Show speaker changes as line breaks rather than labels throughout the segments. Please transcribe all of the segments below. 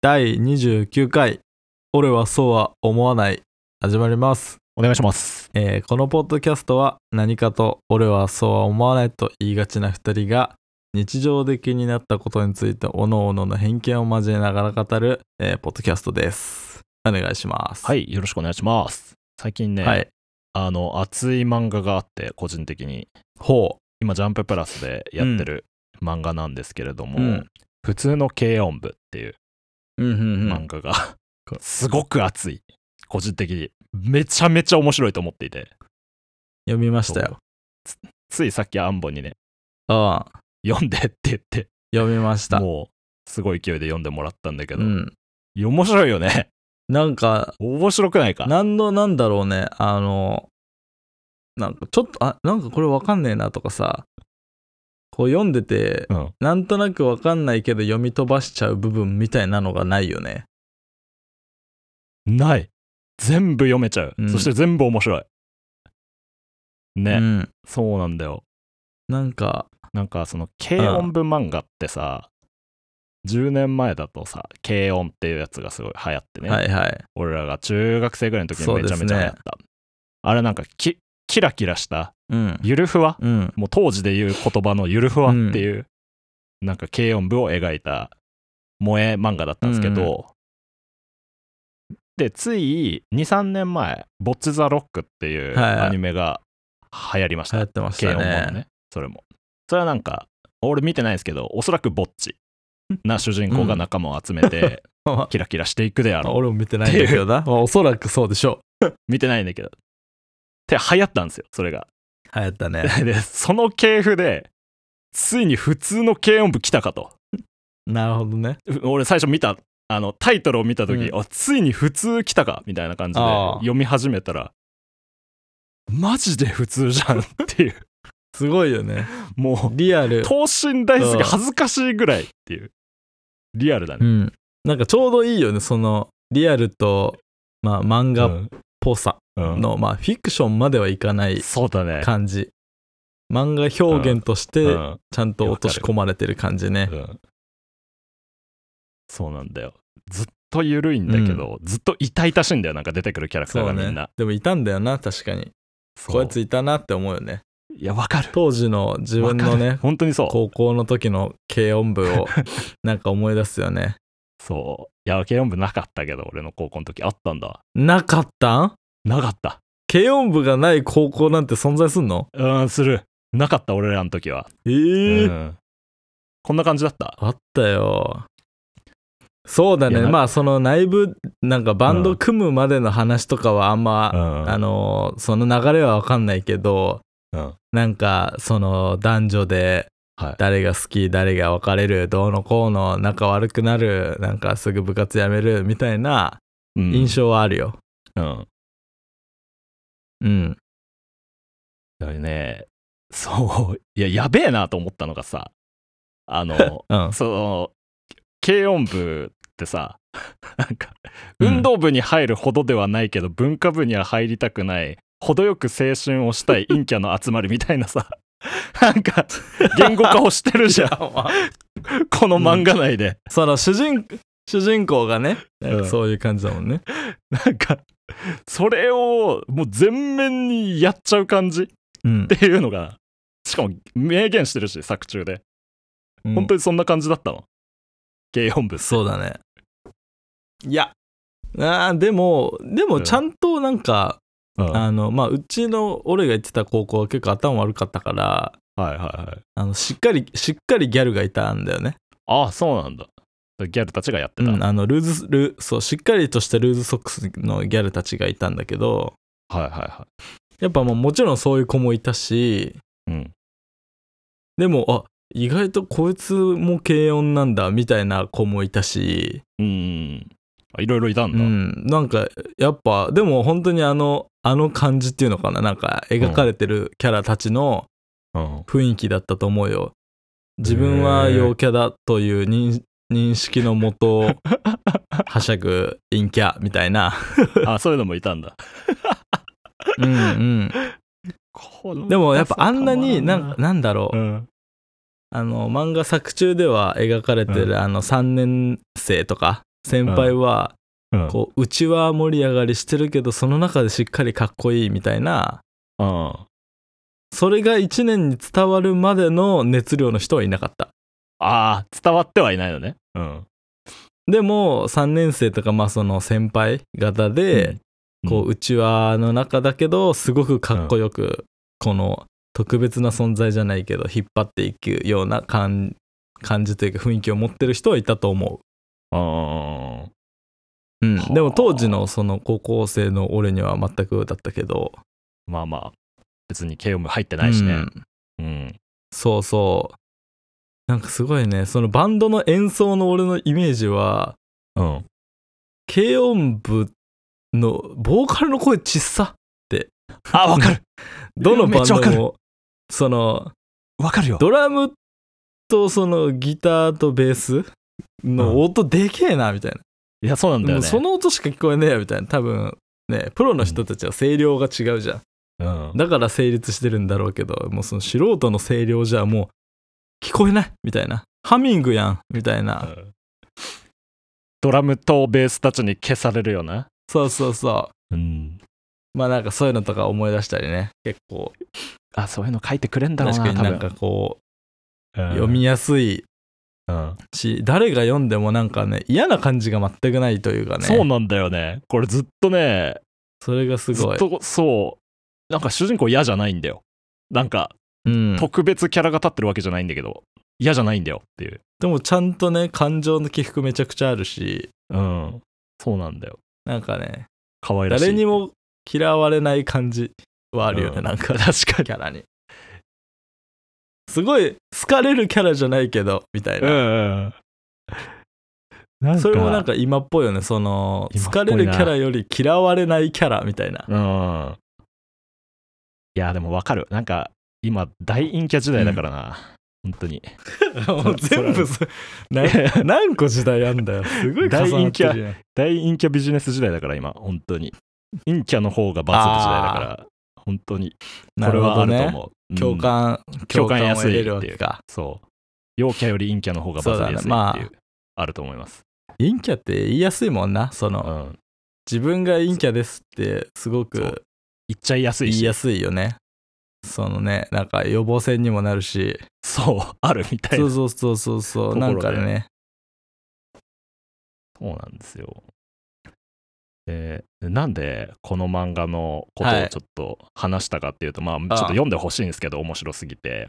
第29回「俺はそうは思わない」始まります、
お願いします。
えーこのポッドキャストは何かと「俺はそうは思わない」と言いがちな2人が日常で気になったことについておのおのの偏見を交えながら語る、えーポッドキャストですお願いします
は、い、よろしくお願いします。最近ね、
はい、
あの、熱い漫画があって、個人的に、
ほ
今、ジャンププラスでやってる漫画なんですけれども、
うん
普通の軽音部っていう
ううんうん
漫画が、すごく熱い。個人的に。めちゃめちゃ面白いと思っていて、
読みましたよ
ついさっきアンボにね、
ああ
読んでって言って、
読みました
もう、すごい勢いで読んでもらったんだけど、
うん
いや面白いよね。
なんか
面白くないか。
何のなんだろうねあのなんかちょっとあなんかこれわかんねえなとかさこう読んでて
うん、
なんとなくわかんないけど読み飛ばしちゃう部分みたいなのがないよね
ない全部読めちゃう、
うん
そして全部面白いね、
うん
そうなんだよ
なんか
なんかその軽音部漫画ってさ、10年前だとさ軽音っていうやつがすごい流行ってね、
はいはい
俺らが中学生ぐらいの時に
そう
め
です
ちゃ
ね
めちゃ流行った、あれなんかきキラキラした
うん
ゆるふわ
うん
もう当時でいう言葉のゆるふわっていう、なんか軽音部を描いた萌え漫画だったんですけど、でつい23年前「ボッチ・ザ・ロック」っていう
はい
アニメが流行りました、
流行ってまし
軽
た
音部のね
ね
それもそれはなんか俺見てないんですけどおそらくボッチな主人公が仲間を集め てキラキラしていくであろう
俺も見てないんだけど なまあおそらくそうでしょ
見てないんだけどって流行ったんですよそれが
う流行ったね
でその系譜でついに普通の軽音部来たかと
なるほどね
ふ俺最初見たあのタイトルを見た時、
う
あついに普通来たかみたいな感じで
ああ
読み始めたらマジで普通じゃんっていう
すごいよね
も
リアル
う等身大す
うん
ぎ恥ずかしいぐらいっていうリアルだ
う
ね、
んなんかちょうどいいよねそのリアルとまあ漫
う
画っ
ん
ぽさ
うん
の、まあ、フィクションまではいかない
そうだね、
感じ。漫画表現とし
う
て
ん
ちゃんと落とし込まれてる感じね
う。ん、そうなんだよずっと緩いんだけど、ずっと痛々しいんだよなんか出てくるキャラクター
そ
が
う
みん
ね
な。
でもいたんだよな、確かに。
そう
こいついたなって思うよね。
いやわかる
当時の自分の
わかる
ね、
本当にそう
高校の時の軽音部 をなんか思い出すよね。
そういや軽音部なかったけど俺の高校の時あったんだ
なかったん
なかった
軽音部がない高校なんて存在すんの
うんするなかった俺らの時は、
ええ
うんこんな感じだった
あったよ。そうだ
い
ね。
やな
まあその内部、なんかバン
う
ド
ん
組むまでの話とかはあんま、
うん
あのその流れはわかんないけど、
うん
なんかその男女で
はい
誰が好き誰が別れるどうのこうの仲悪くなるなんかすぐ部活やめるみたいな
うん
印象はあるよ。
うん
うん。
だからねそういややべえなと思ったのがさ あの
うん。
その軽音部ってさ なんか
うん
運動部に入るほどではないけど、文化部には入りたくない程よく青春を したい陰キャの集まりみたいなさ なんか言語化をしてる じゃんこの漫画内で、
その主人主人公がねなんか
うん
そういう感じだもんね。
なんかそれをもう全面にやっちゃう感じっ
うん。
ていうのがしかも明言してるし作中で
うん
本当にそんな感じだったの軽音部って
そうだね。いや。あーでもでもちゃんとなんか、
うんはい
あのまあうちの俺が行ってた高校は結構頭悪かったから
はいはい
あのしっかりしっかりギャルがいたんだよね。
ああそうなんだギャルたちがやってた、
うん、あのルーズルそうしっかりとしたルーズソックスのギャルたちがいたんだけど
はいはいは
やっぱもうもちろんそういう子もいたし
い。うん。
でもあ意外とこいつも軽音なんだみたいな子もいたし、
うん。あいろいろいたん
う
だ。
ん、なんかやっぱでも本当にあのあの感じっていうのかななんか描かれてるキャラたちの
うん。
雰囲気だったと思うよ。自分は陽キャだという認認識のも とはしゃぐ陰キャみたいな。
あ、そういうのもいたんだ。
うんうんでもやっぱあんなになんなんだろう、
うん。
あの漫画作中では描かれてる、あの3年生とか先輩は
うん
こううちは盛り上がりしてるけどその中でしっかりかっこいいみたいな
うん
それが1年に伝わるまでの熱量の人はいなかった
ああ伝わってはいないのねうん
でも3年生とかまあその先輩方で、こううちわの中だけどすごくかっこよく、この特別な存在じゃないけど引っ張っていくような感感じというか雰囲気を持ってる人はいたと思
うんうん
う、うん
はあ
でも当時のその高校生の俺には全くだったけど
まあまあ別に KO も入ってないし
う
ね
ん
うん
そうそうなんかすごいねそのバンドの演奏の俺のイメージは
うん
軽音部のボーカルの声ちっさ
あ わかる
どのバン
めっちゃ
ド
わか
もその
わかるよ
ドラムとそのギターとベースの音でけえなみたいな、
いやそうなんだ
も
よ
う
ね
その音しか聞こえねえよみたいな多分ねプロの人たちは声量が違うじゃん
うん
だから成立してるんだろうけどもうその素人の声量じゃもう聞こえないみたいなハミングやんみたいな、
うんドラムとベースたちに消されるよな
そうそうそ
うん
うまあなんかそういうのとか思い出したりね結構
あそういうの書いてくれんだろう
確
な
かになん
多
かこ
分
う読みやすい
うん
し誰が読んでもなんかね嫌な感じが全くないというかね
そうなんだよねこれずっとね
それがす
ず
ご
っ
い、
とそうなんか主人公嫌じゃないんだよなんか
うん、
特別キャラが立ってるわけじゃないんだけど嫌じゃないんだよっていう
でもちゃんとね感情の起伏めちゃくちゃあるし
うんそうなんだよ
なんかね
可愛らしい
誰にも嫌われない感じはあるよね、
うん
なんか
確かに
キャラにすごい好かれるキャラじゃないけどみたいうな、
んうん
それも なんか今っぽいよねその
今
好
っぽ
か
いな
れるキャラより嫌われないキャラみたい な
うんいやでもわかるなんか今大陰キャ時代だからな、本当に
もう全部そな 何個時代あんだよすごい重なってるじゃん
大陰キャビジネス時代だから今本当に陰キャの方がバズる時代だから本当にこ
な
れ
るほ
はあ
ど
ると
ね
思う、うん
共感共
共感
感を
安
得
いってい
れ
う
るわけか
そう陽キャより陰キャの方がバズりや
そ
すいっていう
うだね
あると思います、
陰キャって言いやすいもんなその、
うん、
自分が陰キャですってすご
そう
く
言っちゃいやす
言
いし
いやすいよねそのねなんか予防線にもなるし
そうあるみたい
そ
な
うそうそうそうそう
ところで
なんかね
そうなんですよ。えーなんでこの漫画のこと
は
を
い
ちょっと話したかっていうと、ま
あ
あ
あ
ちょっと読んでほしいんですけど面白すぎて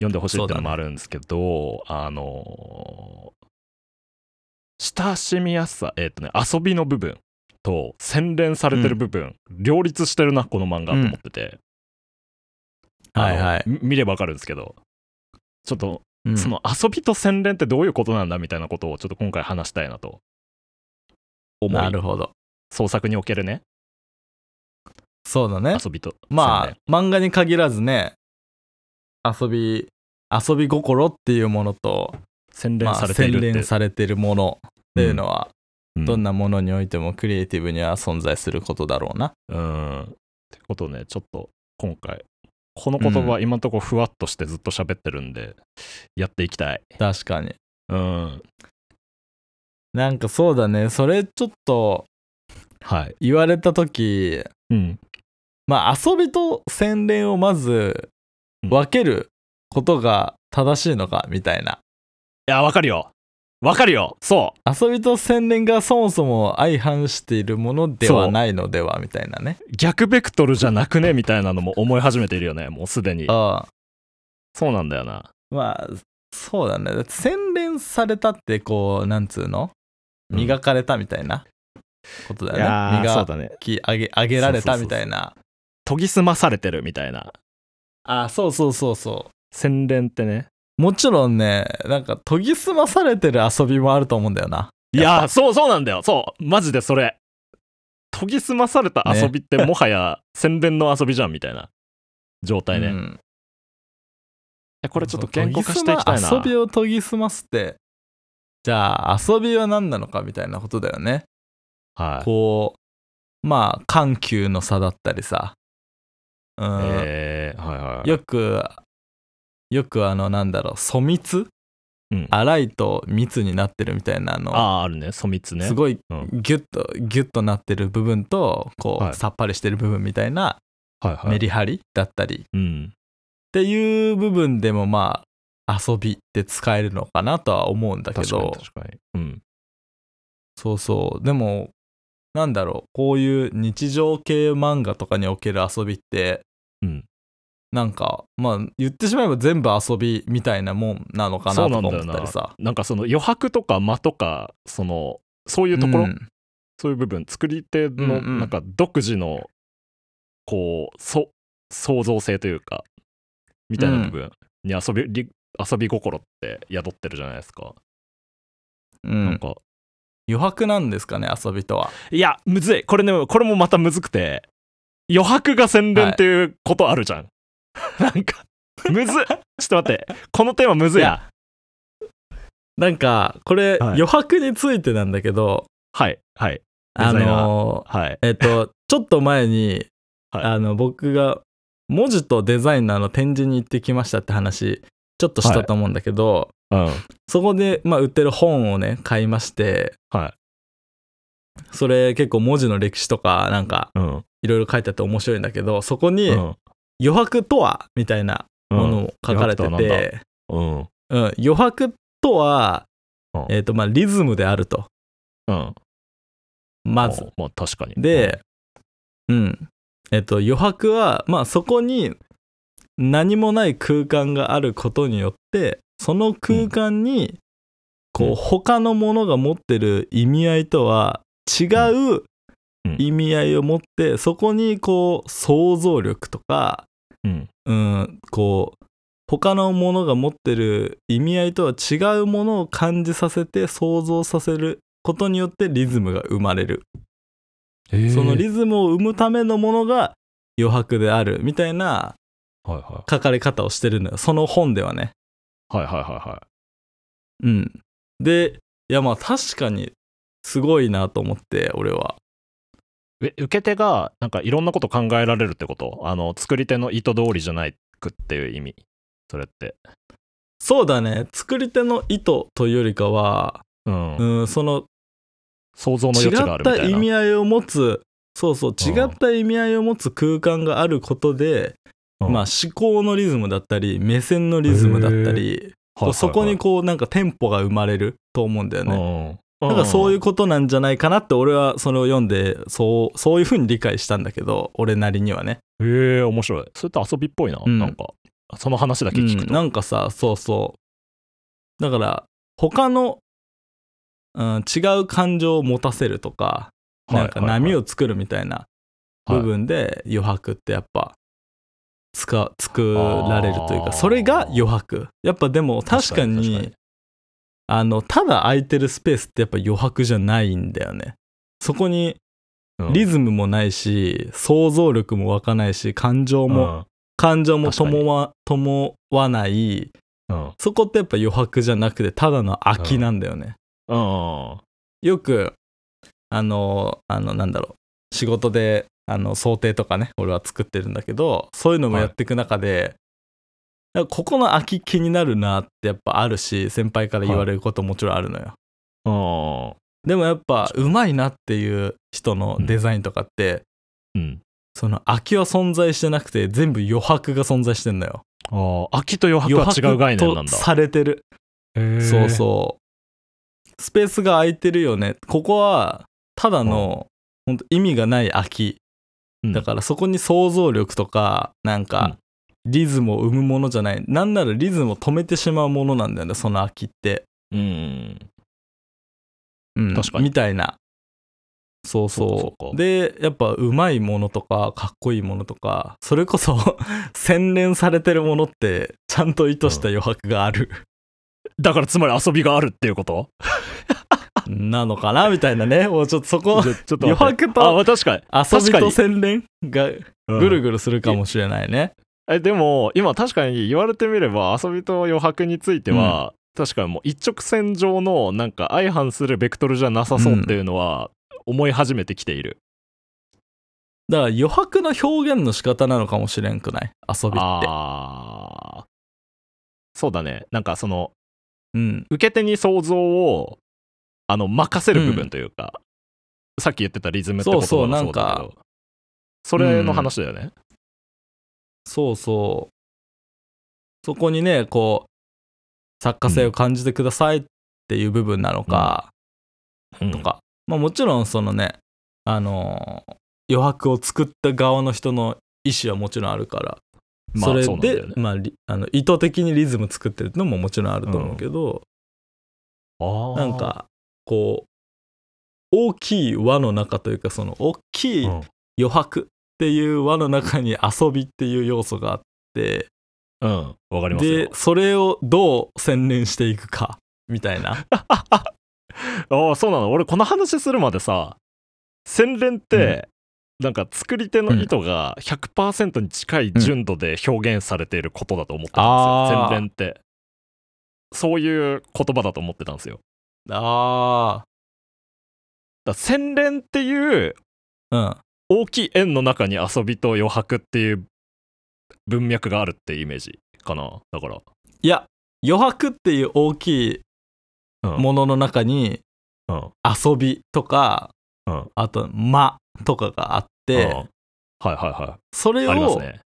読んでほしいっていうのもあるんですけど、あのー親しみやすさえっ、とね遊びの部分と洗練されてる部分、両立してるなこの漫画と思ってて、あ
は
の
いはい、
み見ればわかるんですけどちょっと
うん
その遊びと洗練ってどういうことなんだみたいなことをちょっと今回話したいなと思
ないるほど
創作におけるね
そうだね
遊びと
まあ漫画に限らずね遊び遊び心っていうものと、
洗練洗練
ま
さ
あ、
れてい
洗
るって、
練されてるものっていうのは、
うん
どんなものにおいてもクリエイティブには存在することだろうな
うんってことをねちょっと今回この言葉今んとこふわっとしてずっと喋ってるんで、やっていきたい
確かに
うん
なんかそうだねそれちょっと
はい
言われた時
うん
まあ遊びと洗練をまず分けることが正しいのかみたいな。
いやわかるよわかるよそ
遊びと洗練がそもそも相反しているもので
そ
は
う
ないのではみたいなね。
う逆ベクトルじゃなくねみたいなのも思い始めているよねもうすでに
あ
そうなんだよな
あまあそうだね。だって洗練されたってこうなんつうの
うん
磨かれたみたいなことだよね。
いやーそう
磨
だね
き上げ上げられたみたいな。
研ぎ澄まされてるみたいな
ああそうそうそうそ
洗練ってね
う。もちろんねなんか研ぎ澄まされてる遊びもあると思うんだよな。
いやーそうそうなんだよそうマジでそれ研ぎ澄まされた遊びってもはや洗練の遊びじゃんみたいな状態ね、
う
い
ん
やこれちょっと言語化していきたいな
そう研ぎ澄ま遊びを研ぎ澄ますってじゃあ遊びは何なのかみたいなことだよね
はい
こうまあ緩急の差だったりさ、うん
えー、はいはい
よくよくあのなんだろう粗密
うん
粗いと密になってるみたいなあの
ああーあるね粗密ね
すごい
うん
ギュッとギュッとなってる部分とこう、
はい
さっぱりしてる部分みたいな
はいは
メ
い
リハリだったり、っ
うん
ていう部分でもまあ遊びって使えるのかなとは思うんだけ
確かに
ど
確かにうん
そうそうでもなんだろうこういう日常系漫画とかにおける遊びって
うん
なんかまあ言ってしまえば全部遊びみたいなもんなのかな
そう
と
な
か
んだよ
思った
な
りさ。
なんかその余白とか間とかそのそういうところ、
うん
そういう部分作り手
う
の
んうん
なんか独自のこうそ創造性というかみたいな部分に遊び,り、遊び心って宿ってるじゃないですか、
うん
なんか
余白なんですかね遊びとは。
いやむずいこれねこれもまたむずくて余白が洗練っていうことあるじゃん、 なんかむずっ ちょっと待ってこのテーマむずい
い
な
なんかこれ、
はい
余白についてなんだけど
はいはい
あ
デザイナ
の
はい
えっとちょっと前に、
はい
あの僕が文字とデザイナーの展示に行ってきましたって話ちょっとしたと思うんだけど、
うん
そこで、まあ、売ってる本をね買いまして
は
それ結構文字の歴史とかなんか
いうん
いろいろ書いてあって面白いんだけどそこに
う
「
ん
余白とは?」みたいなものも書かれて
うん余白とは
て、
うん
うん余白とは、
うん
えっとまあ、リズムであると
うん
まず
うんまあ確かに
で、うん。えっと、余白は、まあそこに何もない空間があることによって、その空間に、こ
う
う、
ん
他のものが持ってる意味合いとは違ううん意味合いを持って、そこにこう、想像力とか、
うん
うん、こう、他のものが持ってる意味合いとは違うものを感じさせて想像させることによってリズムが生まれるそのリズムを生むためのものが余白であるみたいな
はいは
書かれ方をしてるのよその本ではね。
いはいはいはいはい
うん、でいやまあ確かにすごいなと思って俺は。
え受け手がなんかいろんなこと考えられるってことあの作り手の意図通りじゃないくっていう意味それって
そうだね作り手の意図というよりかは、
うん、
うん、その
想像の
違
余地があ
っ
るみたい
た
な
意味合いを持つそうそう
うん
違った意味合いを持つ空間があることで、
うん
まあ、思考のリズムだったり目線のリズムだったり、こうそこにこうなんかテンポが生まれると思うんだよね。
う
なんかそういう
こ
ことなんじゃないかなって俺はそれを読んでそうそういうふうに理解したんだけど俺なりにはね、
とへえ面白いそれって遊びっぽいな、
うん
なんかその話だけ聞く
うん
と、
なんかさそうそうだから他の、うん、違う感情を持たせるとか、なんか波
を
を作るみたいな部分で余白ってやっぱつか作られるという
あー
かそれが余白やっぱでも確かに
確かに確かに
あのただ空いてるスペースってやっぱ余白じゃないんだよねそこにリ
ズ
ズムもないし想像力も湧かないし感情
ム
も、感情も
確かに
伴わ伴わない
うんうん
そこってやっぱ余白じゃなくてただの空きなんだよね、
うん
よくあのあのなんだろう仕事であの想定とかね俺は作ってるんだけどそういうのもやっていく中で、なんかここの空き気になるなってやっぱあるし先輩から言われることももちろんあるのよ、
うん
でもやっぱうまいなっていう人のデザインとかって、
うん
その空きは存在してなくて全部余白が存在してんのよ
あー空きと余白は違う概念なん
余白
だ
とされてるそうそうスペースが空いてるよねここはただの、本当意味がない空き
うん
だからそこに想像力とかなんか、リズムを生むものじゃないなんならリズムを止めてしまうものなんだよねその空きって、
うんうん
うん
確かに
みたいなそうそう
そうかそうか
でやっぱうまいものとかかっこいいものとかそれこそ 洗練されてるものってちゃんと意図した余白がある、
だからつまり遊びがあるっていうこと
なのかなみたいなねもうちょっとそこ
じゃちょっと待って
余白と
あまあ確か
遊
に
び
確か
と
に
洗練が
うん
ぐるぐるするかもしれないね。
えでも今確かに言われてみれば遊びと余白については、確かにもう一直線上のなんか相反するベクトルじゃなさそうっていうのは思い始めてきている、
だから余白の表現の仕方なのかもしれんくない遊びって。
ああそうだねなんかその
うん。
受け手に想像をあの任せる部分というか、さっき言ってたリズムってことも
そ
そう
そう
うだ
な
け
んか
どそれの話だよね、
そうそう。そこにね、こう、作家性を感じてくださいっていう部分なのか、
うん
とか、まあもちろんそのね、あのー余白を作った側の人の意思はもちろんあるから、
まあ
それ
うなんだ
で
よね、
まあ、リあの意図的にリズム作ってるのももちろんあると思うけど、
あー
なんかこう大きい輪の中というかその大きい
うん
余白っていう輪の中に遊びっていう要素があって
うんわかります
で
よ
それをどう洗練していくかみたいな
ああそうなの俺この話するまでさ洗練って、なんか作り手の意図が100%に近い純度で表現されていることだと思ってたんですよ、
うんあー
洗練ってそういう言葉だと思ってたんですよ
あ
だから洗練っていう
ーうん
大きい円の中に遊びと余白っていう文脈があるってイメージかなだから
いや余白っていう大きい
うん
ものの中に
うん
遊びとか
うんうん
あと間とかがあって
はいは
そ
い
れ
はいあります
を
ね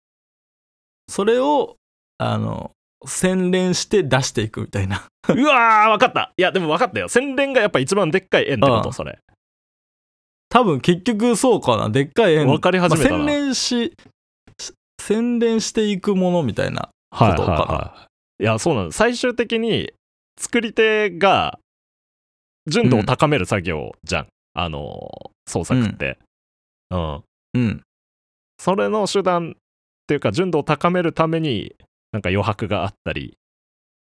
それをあの洗練して出していくみたいな
うわー分かったいやでも分かったよ洗練がやっぱ一番でっかい円ってこ
うん
とそれ
多分結局そうかなでっかい円
分かり始めた
ま
な、
あ洗練しし洗練していくものみたいな
はい
ことかな
はいはいいやそうなの最終的に作り手が純度を高める作業じゃん、あの創作ってうん
うん
それの手段っていうか純度を高めるためになんか余白があったり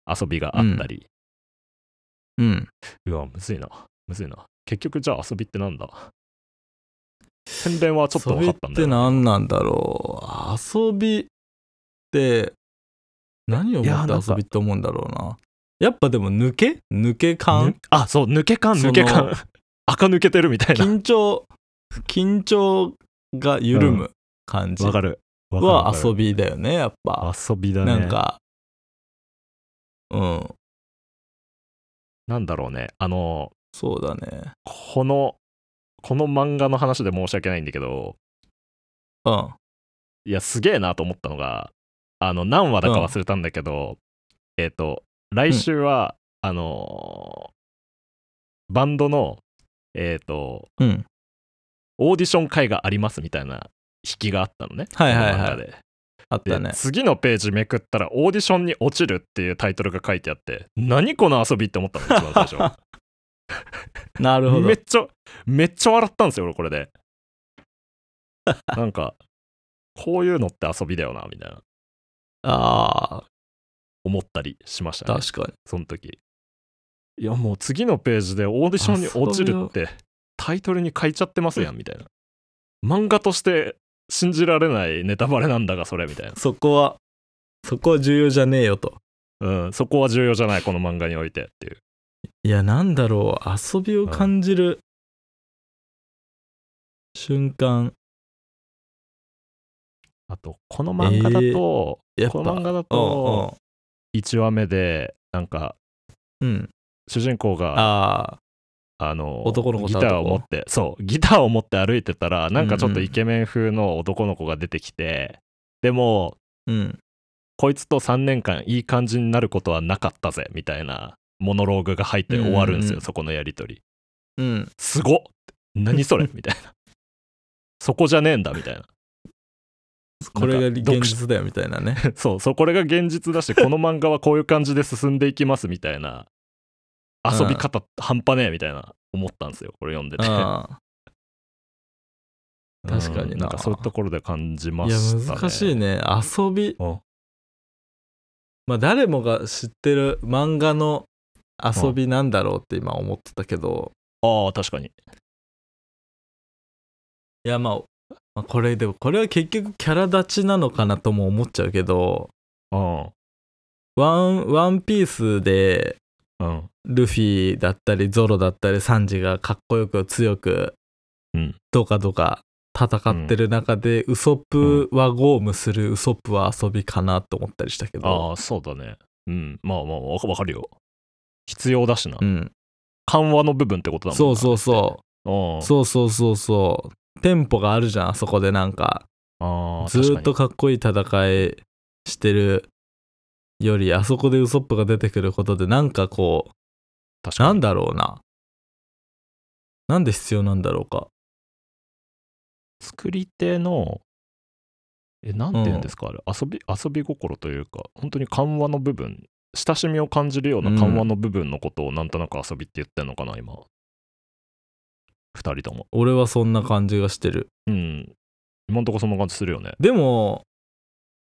遊びがあったり、
うん
うわむずいなむずいな結局じゃあ遊びってなんだ洗練はちょっと分かったんだ
遊びって
よ
何なんだろう遊びって何を
い
も
や
って
なんか
遊びって思うんだろうなやっぱでも抜け抜け感
ぬあそう抜け感
その
抜け感 垢抜けてるみたいな
緊張緊張が緩む感じ
わかるわかる
は
わかる
遊びだよねやっぱ
遊びだね
なんかうん
なんだろうねあの
そうだね
このこの漫画の話で申し訳ないんだけど
うん
いや、すげえなと思ったのが、あの、何話だか忘れたんだけど、えっ、と、来週は、あのーバンドの、えっ、と、
うん
オーディション会がありますみたいな引きがあったのね。
はいはいはい
この漫画で
あっ
で
たね
次のページめくったら、オーディションに落ちるっていうタイトルが書いてあって、何この遊びって思ったの、一番最初。
なるほど
めっちゃ、めっちゃ笑ったんですよ、俺、これ で。なんか、こういうのって遊びだよな、みたいな。
あ
思ったりしまし
あ
たね。
確かに
その時いやもう次のページでオーディションに落ちるってタイトルに書いちゃってますやんみた いな漫画として信じられないネタバレなんだがそれみたい
そこはそこは重要じゃねえよと
な、うん、そこは重要じゃないこの漫画においてっていう
いやなんだろう遊びを感じる瞬間
あとこの漫画だと、
やっぱ
この漫画だ
うん
と1話目でなんか
うんうん
主人公が
あ
あの
男の子
ギ
と
タ
男
ーを持ってそうギターを持って歩いてたらなんかちょっとイケメン風の男の子が出てきて、でも
あうん
こいつと3年間いい感じになることはなかったぜみたいなモノローグが入って終わるんです
う
よ、
んうん
そこのやり取り
うん
すごっ何そ れみたいなそこじゃねえんだみたいな
これが
なんか
現
読書
実だよみたいなね
そうそうこれが現実だしこの漫画はこういう感じで進んでいきますみたいな遊び方半端ねえみたいな思ったんですよこれ読ん でて、
あ
うん
確かになん
かそういうところで感じ
あ
ま
いや
した、ね、
難しいね遊び
うん
まあ誰もが知ってる漫画の遊びなんだろうって今思ってたけど
ああ確かに
いやまあまあこれでもこれは結局キャラ立ちなのかなとも思っちゃうけど
うん
ワン、ワンピースで、
うん
ルフィだったり、ゾロだったり、サンジがかっこよく強く、
うん
どかどか戦ってる中で、ウソップはゴームするウソップは遊びかなと思ったりしたけど、
ああそうだねうんまあまあわかわかるよ必要だしな、
うん、
緩和の部分ってことだもんな
そうそうそうう、
ん
そうそうそうそうテンポがあるじゃんあそこでなんか
あ
ずーっと
確
かっこいい戦いしてるよりあそこでウソップが出てくることでなんかこ
かに
うなん
だ
だろうななんで必要なんだろうか
作り手のえなんて言うんですか、あれ遊び遊び心というか本当に緩和の部分親しみを感じるような緩和の部分のことをなんとなく遊びって言ってんのかな今二人とも
俺はそんな感じがしてる
うん今んとこそんな感じするよね
でも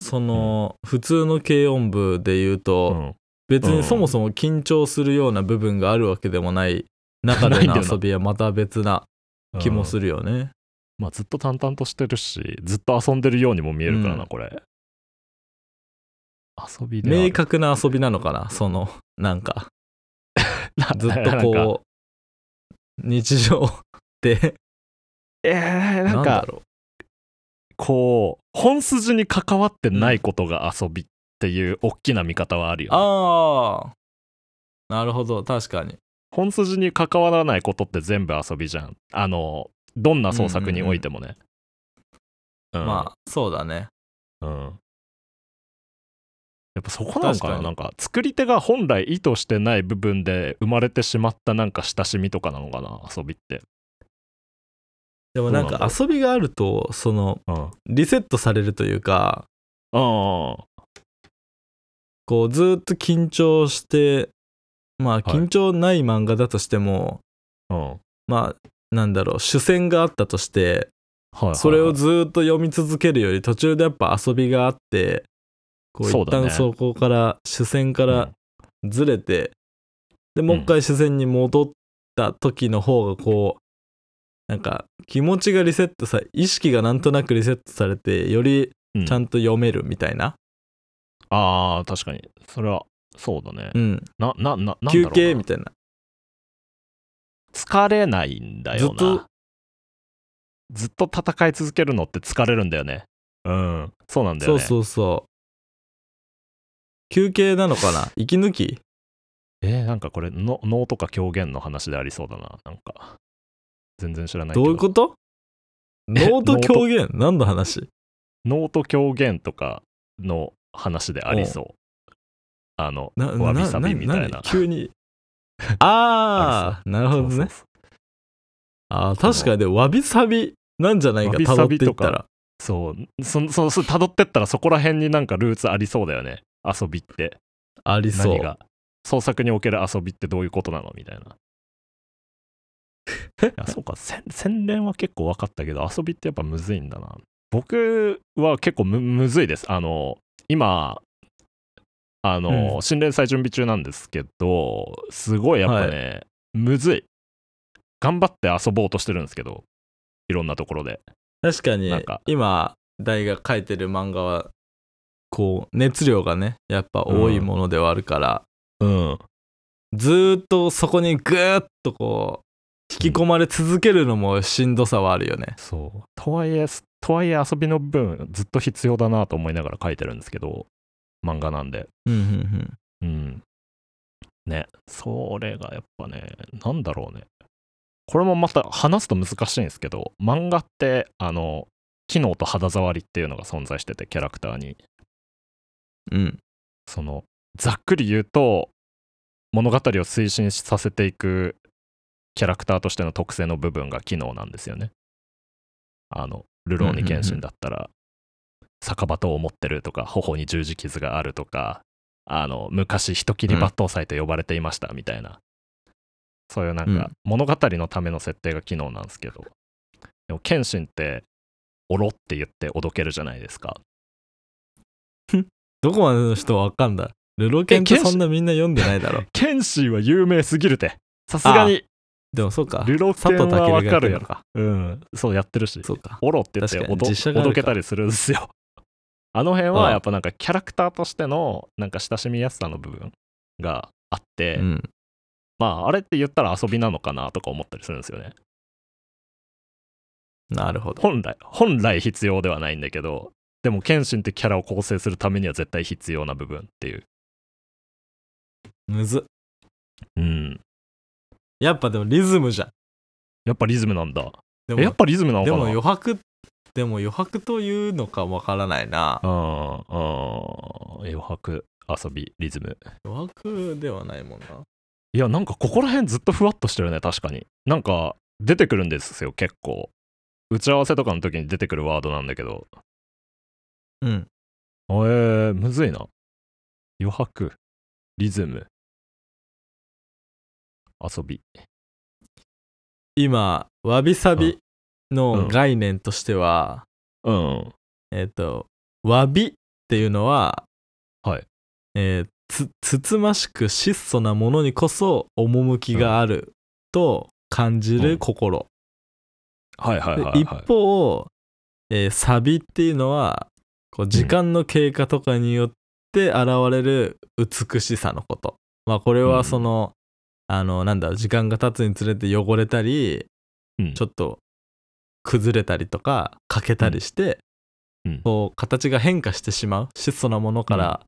その、普通の軽音部で言うと、
うん
別
う
に
ん
そもそも緊張するような部分があるわけでもない中での
ないんだよな
遊びはまた別な気もするよね。
まあ、ずっと淡々としてるしずっと遊んでるようにも見えるからな、
うん
これ遊びではある
明確な遊びなのかなそのなんかずっと
なんか
こう日常で
えー
な
な
んんだ
か
ろ
こう本筋に関わってないことが遊びっていう大きな見方はある
う
よね、
ああなるほど確かに。
本筋に関わらないことって全部遊びじゃんあのどんな創作においてもね、うん
まあそうだね。
うんやっぱそこなん
確
か
か
な
に
なんか作り手が本来意図してない部分で生まれてしまったなんか親しみとかなのかな遊びって、
でもなん
そう
か
なん
遊びがあるとその
うん、あ
リセットされるというか
あ
こうずーっと緊張してまあ緊張ない漫画だとしても、
うんはい
まあなんだろう主戦があったとして
はいはい
それをずーっと読み続けるより途中でやっぱ遊びがあってこう
そう
一
だね
旦そこから主戦からずれて、でもう一回主戦に戻った時の方がこうなんか気持ちがリセットさ意識がなんとなくリセットされてより
うん
ちゃんと読めるみたいな、
ああ確かにそれはそうだね、
うん、
ななななんだろう
休
な
憩みたいな
疲れないんだよ
ず
な
っと
ずっと戦い続けるのって疲れるんだよねうんそうなんだ
そう
よねう
そうそう。休憩なのか な息抜き
えーなんかこれの能とか狂言の話でありそうだななんか全然知らないけ
ど
ど
ういうこと
え
ノート狂言何の話
能と狂言とかの話でありそうあの
な
わびさびみたいな
何急 に。ああ、なるほど
そう
ね
そう。そう
あー確かにでもわびさびなんじゃないか、たど
わ
ってい
びさび
っ
とか
たら。
そうそそそたどってったらそこら辺になんかルーツありそうだよね遊びって
ありそ
何
う。
が創作における遊びってどういうことなのみたい ないやそうかせん洗練は結構分かったけど遊びってやっぱむずいんだな僕は結構むむずいですあの今あの、
うん
新連載準備中なんですけどすごいやっぱね、むずい頑張って遊ぼうとしてるんですけどいろんなところで
確かに
なんか
今、大が書いてる漫画は、こう、熱量がね、やっぱ多いものではあるから、
うん
ずーっとそこにぐーっとこう、引き込まれ続けるのもしんどさはあるよね。
そうとはいえとはいえ遊びの部分ずっと必要だなと思いながら書いてるんですけど漫画なんで
うんうんうん、
うん。ね、それがやっぱね、なんだろうね。これもまた話すと難しいんですけど、漫画って、あの、機能と肌触りっていうのが存在してて、キャラクターに。
うん、
その、ざっくり言うと、物語を推進させていくキャラクターとしての特性の部分が機能なんですよね。あの、ルローニケンシンだったら、酒場刀を持ってるとか、頬に十字傷があるとか、あの、昔人斬り抜刀斎と呼ばれていましたみたいな、そういうな
うん
か
ん
物語のための設定が機能なんですけど、でも謙信って、おろって言っておどけるじゃないですか。
どこまでの人はわかんだルロケンってそんなみんな読んでないだ ろ
謙信は有名すぎるて、さすがに
でもそうか
ルロケンはわかるやろ
か
うん、そうやってるし、
そうか
オロって言って
確かに
おど
実写があ
お
るか
どけたりするんですよ。あの辺
うん
はやっぱなんかキャラクターとしてのなんか親しみやすさの部分があって、
うん
まああれって言ったら遊びなのかなとか思ったりするんですよね。
なるほど
本来、本来必要ではないんだけど、でも謙信ってキャラを構成するためには絶対必要な部分っていう。
むずっ
うん。
やっぱでもリズムじゃん。
やっぱリズムなんだ。
で
えやっ
も
ぱリズムなのか
で
な
も余白、でも余白というのかわからないな。
ああ、余白、遊び、リズム。
余白ではないもんな。
いや、なんかここら辺ずっとふわっとしてるね、確かに。なんか出てくるんですよ、結構。打ち合わせとかの時に出てくるワードなんだけど。
うん。
えー、むずいな。余白、リズム、遊び。
今、わびさび
う
の
ん
概念としては、
うん。
えっ、と、わびっていうのは、
はい。
えーつ、つつましく質素なものにこそ趣があると感じ
う
る
ん
心。
はいはい
で
はい、
一
はい。
方、えーサビっていうのはこう時間の経過とかによって現れる美しさのこと、まあ、これ
う
は
ん
その,、あのなんだろう時間が経つにつれて汚れたり
うん
ちょっと崩れたりとか欠けたりして、
うんうん
こう形が変化してしまう質素なものから、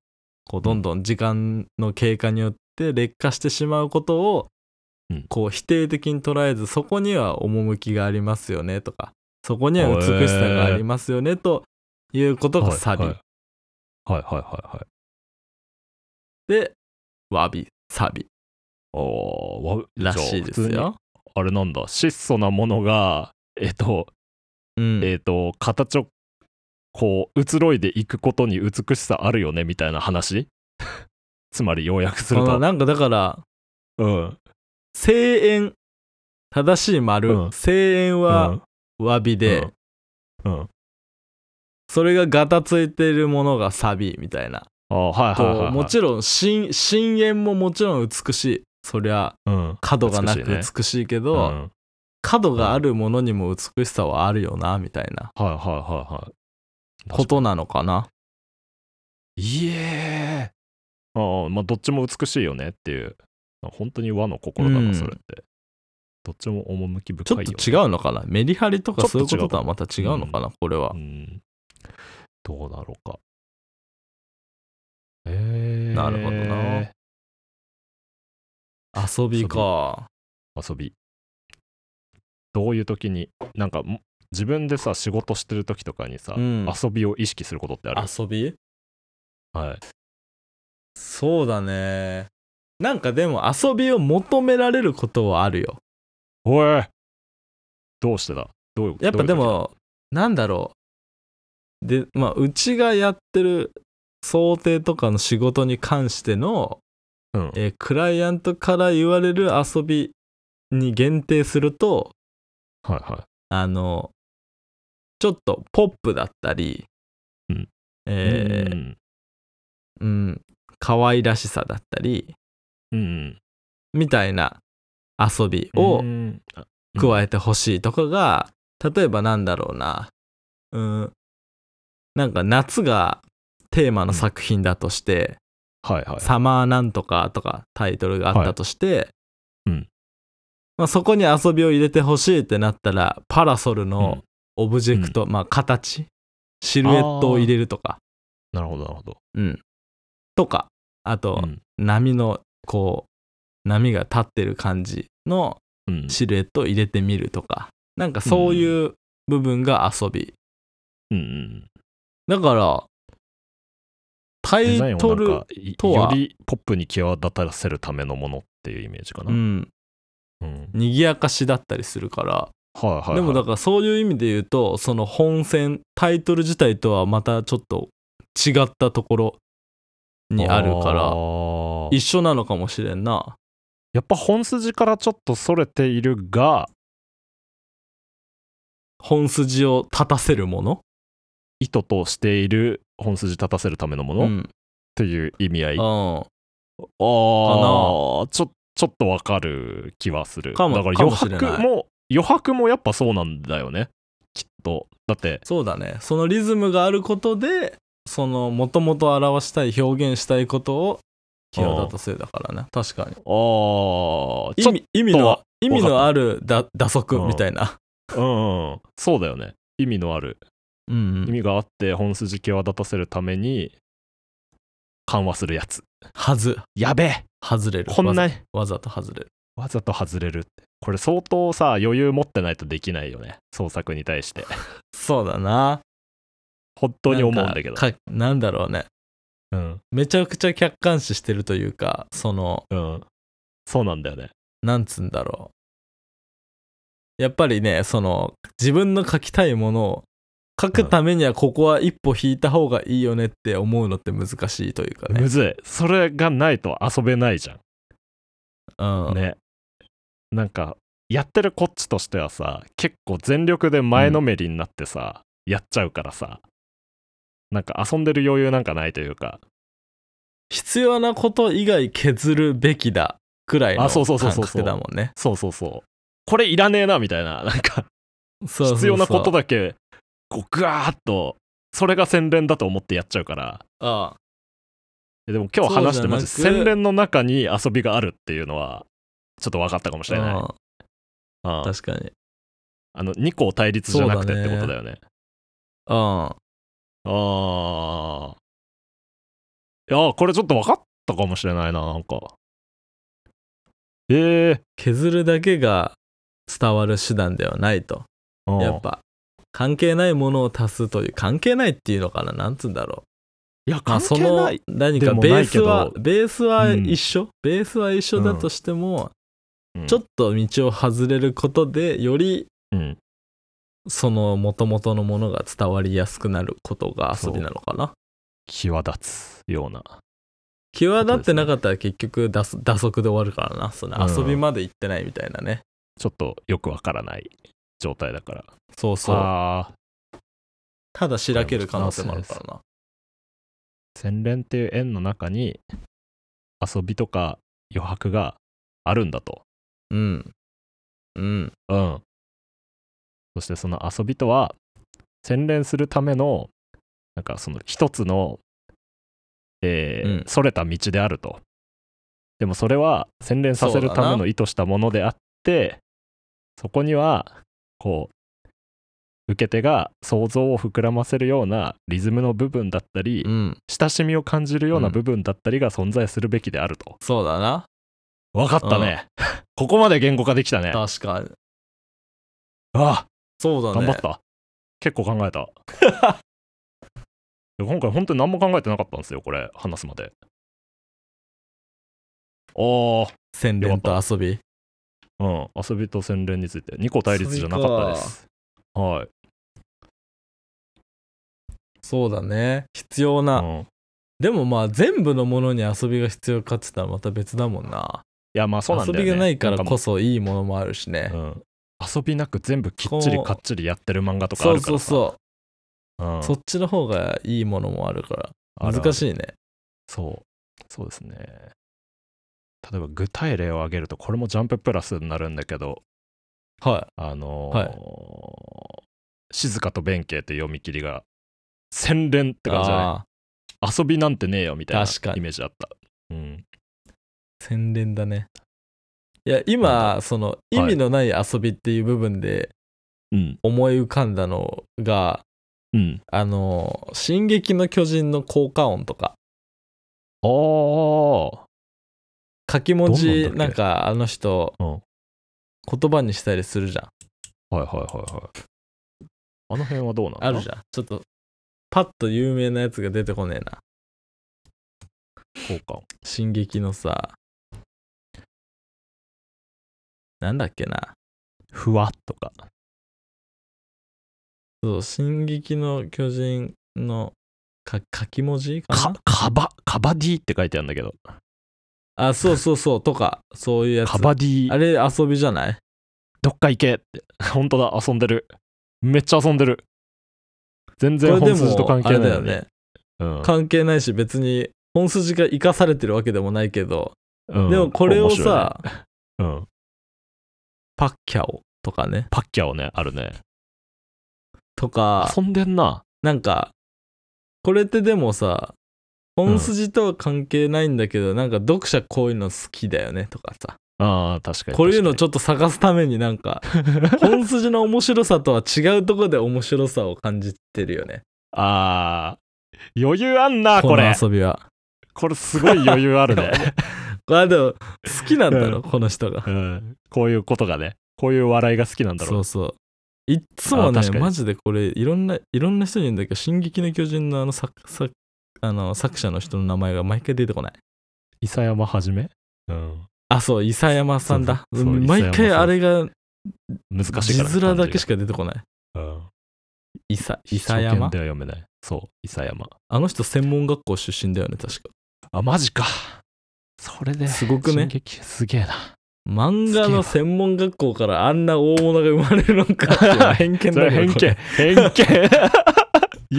こうどんどん時間の経過によって劣化してしまうことを、
うん
こう否定的に捉えずそこには趣がありますよねとかそこには美しさがありますよねということがサビ、
はいはいはいはいはいはい。
でわびサビ
あーわ
らしいです。
じゃあ普通に
よ。
あれなんだ、質素なものが、えっと、
うん
えっ、と形をこう移ろいでいくことに美しさあるよねみたいな話 つまり要約する
この
と
なんかだから
うん
声援正しい丸、
うん
声援はわびで、
うんうん
それがガタついているものがサビみたい な、
あはいはいはい、
こ
は
う
い、
もちろん深深淵ももちろん美しいそりゃ
ろん、うん
角がな
美
く
しいね
美しいけど
うん、はい
角があるものにも美しさはあるよなみたいな
はいはいはい
ことなのかない
えああまあどっちも美しいよねっていう本当に和の心だ
う
なんそれって、どっちも
ち
趣深
ょっ
いよ、ね、
と違うのかなメリハリとかそういうこととはまた違うのかなこれは
うん、どうだろうか。えー、
なるほどな。遊びか
遊び。どういう時に、なんかも自分でさ、仕事してる時とかにさ、
うん
遊びを意識することってある
遊び
はい。
そうだねなんかでも遊びを求められることはあるよ
おいどうしてだどういう
やっぱで、
どういう
も、なんだろう。で、まあ、うちがやってる想定とかの仕事に関しての、
時だ
えークライアントから言われる遊びに限定すると、
うん。はいはい。
あの、ちょっとポップだったり、
うん
えー
うん
うん、可愛らしさだったり、
うん。
みたいな遊び
うん
を、
うんあ
加えてほしいとかが、例えばなんだろうな、うん、なんか夏がテーマの作品だとして、
はいはい。
サマーなんとかとかタイトルがあったとして、
うん
まあ、そこに遊びを入れてほしいってなったら、パラソルのオブジェクト、まあ形、シルエットを入れるとか、
なるほどなるほど。
うん、とか、あと、
うん
波のこう、波が立ってる感じの
うん
シルエットを入れてみるとかなんかそういう部分が遊び、
うんうん
だからタ
デ
イ
ザイン
ト
をなん
ル
かい
とは
よりポップに際立たせるためのものっていうイメージかな。
うん
うん
賑やかしだったりするから
はいはい、はい。
でもだからそういう意味で言うとその本戦タイトル自体とはまたちょっと違ったところにあるか
あ
ら
ー
一緒なのかもしれんな
やっぱ本筋からちょっとそれているが
本筋を立たせるもの
意図としている本筋立たせるためのもの、
う
っ
ん
ていう意味合いあ
うん
あちょちょっとわかる気はする
かも
だから
か
余
もしれない
白も余白もやっぱそうなんだよねきっとだって
そうだねそのリズムがあることでそのもともと表したい表現したいことを際立たせるだからね確かに
ああちょ
意味意味の意味のあるだ打足
うん
みたいな、
うんうんそうだよね意味のある
うんうん
意味があって本筋際立たせるために緩和するやつ
はず
やべえ
外れる
こんな
わざわざと外れる
わざと外れるってこれ相当さ余裕持ってないとできないよね創作に対して
そうだな
本当に思うんだけど
なんかかなんだろうね
うん
めちゃくちゃ客観視してるというかその
うんそうなんだよね
なんつうんだろう。やっぱりね、その、自分の書きたいものを書くためにはここは一歩引いた方がいいよねって思うのって難しいというかね
む。ずいそれがないと遊べないじゃん
うん。
ね、なんかやってるこっちとしてはさ結構全力で前のめりになってさ、やっちゃうからさなんか遊んでる余裕なんかないというか
必要なこと以外削るべきだくらいの
あそうそう
感
そうそう
覚だもんね。
そうそうそうこれいらねえなみたいななんか
そうそうそう
必要なことだけこうグワーッとそれが洗練だと思ってやっちゃうから
ああ
えでも今日話してマジ
そうじゃなく
洗練の中に遊びがあるっていうのはちょっと分かったかもしれない、うん
うん確かに。
あの2個対立じゃなくてってことだよね
うん。
ああ。いやー、これちょっと分かったかもしれないな、なんか。ええ
削るだけが伝わる手段ではないと。
ー。
やっ
ぱ。
ぱ、関係ないものを足すという、関係ないっていうのかななんつうんだろう。
いや、
まあ、
関
そ
係
の
ない。
何
で
か
も
ベ
な
ー
いけ
ス
ど
はベースは
うん
一緒、ベースは一緒だとしても、
うん
ちょっと道を外れることでより
うん。
その元々のものが伝わりやすくなることが遊びなのかな
際立つような。
際立ってなかったら結局打足打足で終わるからなその遊びまで行ってないみたいなね、
ちょっとよくわからない状態だから。
そうそう
ああ。
ただしらける可能性もあるからな
洗練っていう円の中に遊びとか余白があるんだと。
うんうん
うん。そしてその遊びとは、洗練するための、なんかその一つの、えー
うん
それた道であると。でもそれは洗練させるため
そうだ
の意図したものであって、そこには、こう、受け手が想像を膨らませるようなリズムの部分だったり、
うん
親しみを感じるような
うん
部分だったりが存在するべきであると。
そうだな
わかったね。 ここまで言語化できたね。あ
確かに
あ、
そうだ
頑
ね
張った、結構考えたい や今回本当に何も考えてなかったんですよこれ話すまであ
洗練と遊び
あうん遊びと洗練について2個対立じゃなかったですはい、
そうだね必要な、
うん、い
でもまあ全部のものに遊びが必要かっつったらまた別だもんな
やまあそうなんだ
遊
よ、ね、
びがないから
なん
こ
も
そいいものもあるしね
う、うん、遊びなく全部きっちり
こう
かっちりやってる漫画とかあ
そう
るか
そ
ら
う
さ
そうう、
ん
そっちの方がいいものもあるか
あ
ら
るある
難しいね
そうそうですね例えば具体例を挙げるとこれもジャンププラスになるんだけど
は
あの
は
静かと弁慶って読み切りが洗練っ
い
て感じだね
あ
遊びなんてねえよみたい
確か
な
に
イメージだった、うん、
ー洗練だねいや
なん
今その意味のない遊びっていう部分で
うん
思い浮かんだのが
うん
あの「進撃の巨人」の効果音とか
あー
書き文
ど
字
んな
なん
だっけ
んかあの人
うん
言葉にしたりするじゃん
はいはいはいはいあの辺はどうなんだ
あるじゃんちょっとパッと有名なやつが出てこねえな
交換
進撃のさなんだっけな
ふわっとか
そう「進撃の巨人の」か書き文字か
か
な
カバカバディって書いてあるんだけど
あそうそうそうとかそういうやつ
カバデ
あ
ィ
れ遊びじゃない
どっか行けって本当だ遊んでるめっちゃ遊んでる全然本筋と関係ない
あれだよ
のに、
ね
うん
関係ないし別に本筋が生かされてるわけでもないけど、
うん
でもこれを
面白いね
さ、
うん、
パッキャオとかね
パッキャオねあるね
とか
遊んでんな
なんか、これってでもさ、本筋とは関係ないんだけど、なんか読者こういうの好きだよねとかさ、
ああ確かに
こういうの
確
ちょっと探すためになんか、 本筋の面白さとは違うとこで面白さを感じてるよね。
かにああ余裕あんな
こ
これ
の遊びは。
これすごい余裕ある ね、
あでも好きなんだろ、
うん
この人が
うん、こういうことがねこういう笑いが好きなんだろ
そううそういっつも
あ
ね
確かに
マジでこれいろんないろんな人に言うんだけど「進撃の巨人の」あの作作あの作者の人の名前が毎回出てこない
伊佐山はじめ、うん、
あそう伊佐山さんだ
そうそう
うん毎
伊佐
回
山さん
あれが
難しい
字
から
面だけし
か、
か出てこない
うん、
伊佐伊佐
初見
山
では読めないそう伊佐山
あの人専門学校出身だよね確か
あマジかそれです
ごくね
進撃すげえな
漫画の専門学校からあんな大物が生まれるのか
すげえな
偏見
そ
だ
れ
よ
は 偏
こ れ
見偏 見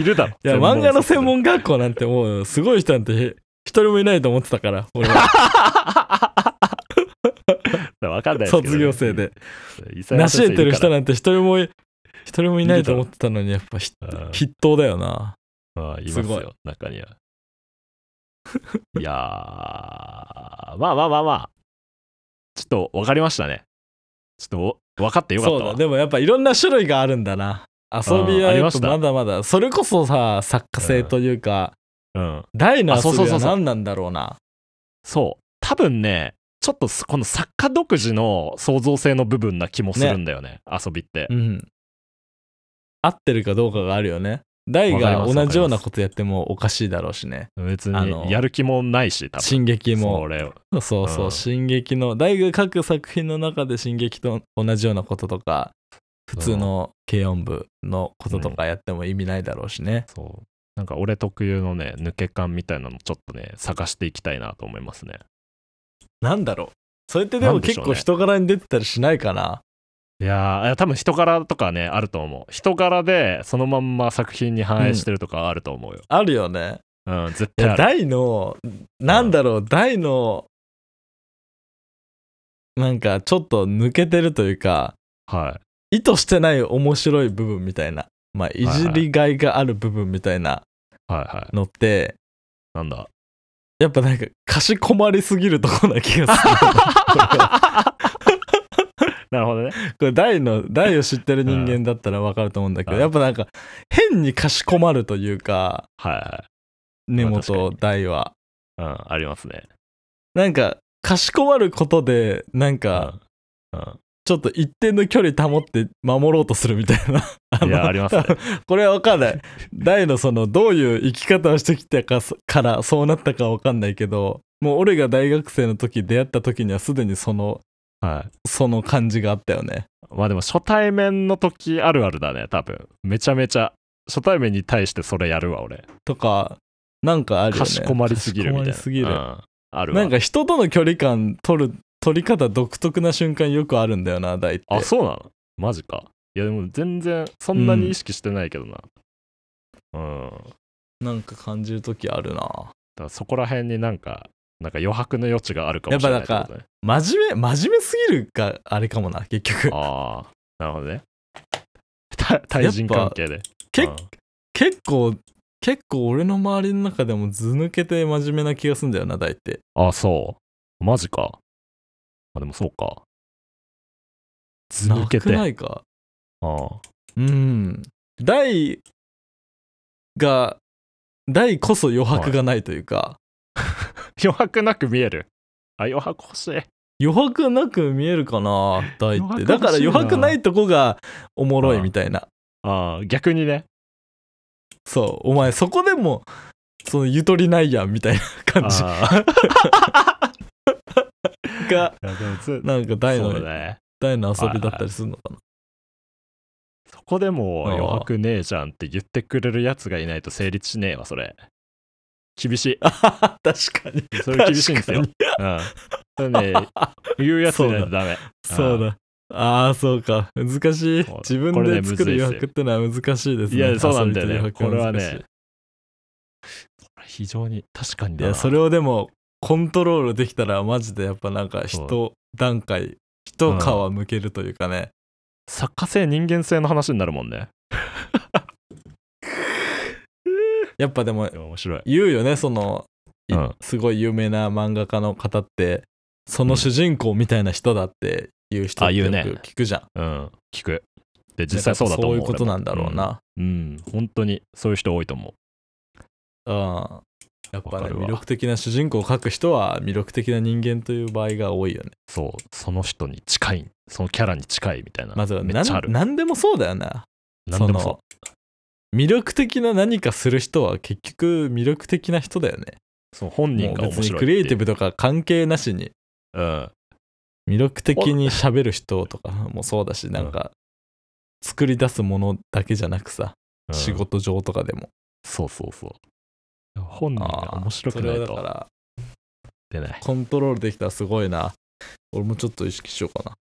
いるだろ
いや漫画の専
家
門学校なんてもうすごい人なんて一人もいないと思ってたから 俺は
わかんないですけどね
卒業生で
伊佐
成
山
し
先生
得てる人
い
なんて一人もい一人もいないと思ってたのにやっぱひ
るからうん
筆頭だよな
ああいます
すごい
よ、中には。 いやー、まあまあまあまあ、ちょっと分かりましたね。ちょっと分かってよか
そ
っ
う
たわ
だでもやっぱいろんな種類があるんだな遊びは
あ
や
りま
っぱ
した
まだまだそれこそさ作家性というか、
うん。
大の
あそう
遊
そう
び
そ
は
うそう
何なんだろうな
そう、多分ね、ちょっとすこの作家独自の創造性の部分な気もするんだよね、遊びって。
うん合ってるかどうかがあるよね大
わかり
が
ます
同じようなことやってもおかしいだろうしね
別
あの
にやる気もないし、多分。
進撃も
それを
そうそうそう、
うん
進撃の大学各作品の中で進撃と同じようなこととか普通の軽音部のこととかやっても意味ないだろうしね、
そう。なんか俺特有のね、抜け感みたいなのちょっとね、探していきたいなと思いますね。
なんだろうそれってでも
なんでし
結
ょうね
構人柄に出てたりしないかない
やーいや多分人柄とかねあると思う人柄でそのまんま作品に反映してるとかあると思うよ、
あるよね
うん絶
い
対
や
ある
大のなんだろう大のなんかちょっと抜けてるというか
は
意図してない面白い部分みたいなまあいじりがいがある部分みたいない
はいはい
のって
なんだ
やっぱなんかかしこまりすぎるとこな気がす る
なるほどね
これ大の大を知ってる人間だったらわかると思うんだけど、
うん
やっぱなんか変にかしこまるというか
はいはい
根
まあ確か
本
に
大は
うんありますね
なんかかしこまることでなん
う
か
ん、うん
ちょっと一定の距離保って守ろうとするみたいなあ
いや
の
ありますね
これはわかんない大のそのどういう生き方をしてきたかそからそうなったかわかんないけどもう俺が大学生の時出会った時にはすでにその
はい
その感じがあったよね
まあでも初対面の時あるあるだね多分めちゃめちゃ初対面に対してそれやるわ俺
とかなんかあるよね
かしこまりすぎるみたいな
かしこまりすぎる
うんあるわ
なんか人との距離感取る取り方独特な瞬間よくあるんだよな大って
あそうなのマジかいやでも全然そんなに意識してないけどなうん
なんか感じる時あるな
だからそこら辺になんか、なんか余白の余地があるかもしれないってことね。
真面目真面目すぎるがあれかもな結局
ああ、なるほどね。た対人関係で。
け
うん
結構結構俺の周りの中でも図抜けて真面目な気がすんだよな大って
あそう。マジか。あ、でもそうか。ず抜けて。
なくな
あ
いか
あ
うん大が大こそ余白がないというか、
余白なく見える。あ、余白欲しい。
余白なく見えるかな大って
余白欲しいな
だから余白ないとこがおもろいみたいな
ああ、逆にね。
そうお前そこでもそのゆとりないやんみたいな感 じ
あ
が
あ、いやでもず
なんか大
そ
の、
うね。
大の遊びだったりするのかな
そこでも
ああ
余白ねえじゃんって言ってくれるやつがいないと成立しねえわ、それ。厳しい。
あ 確かに
それ厳しいんですよ。
確
うん。それね、言うやつじゃないとダメ。
そうだああそうか難しい
そうだ
自分
これ
で
ね
作る
むずいっすよ
余白ってのは難しいですね
いや、そうなんだよ
遊
ね。
びと
こ
余
れ
白難しい
はね、これ非常に確かに
い
だな。
やそれをでもコントロールできたらマジでやっぱなんか一段階一皮むけるというかね、
作家性、人間性の話になるもんね。
やっぱでも
面白い。
言うよねその、い
うん
すごい有名な漫画家の方ってその主人公みたいな人だっていう人っ
あ
て
言
よ
う
く
ね
聞くじゃん、
うん。聞く。で、実際そうだと思う。
やっぱそういうことなんだろう
俺も。
な、
うん。うん本当に、そういう人多いと思う。
うんやっぱ
わ
ね
かるわ
魅力的な主人公を描く人は魅力的な人間という場合が多いよね
そうその人に近いそのキャラに近いみたいな
まずは
めっちゃある
何でもそうだよな
何でも
そ
そ
の魅力的な何かする人は結局魅力的な人だよね
うそう本人
もう
が面
別
白い
に
っていう
クリエイティブとか関係なしに
うん
魅力的に喋る人とかもそうだしなんか作り出すものだけじゃなくさ、
うん
仕事上とかでも
そうそうそう本人が面白く
そ
な
れ
い
はだか
と
ら
出ない
コントロールできたらすごいな俺もちょっと意識しようか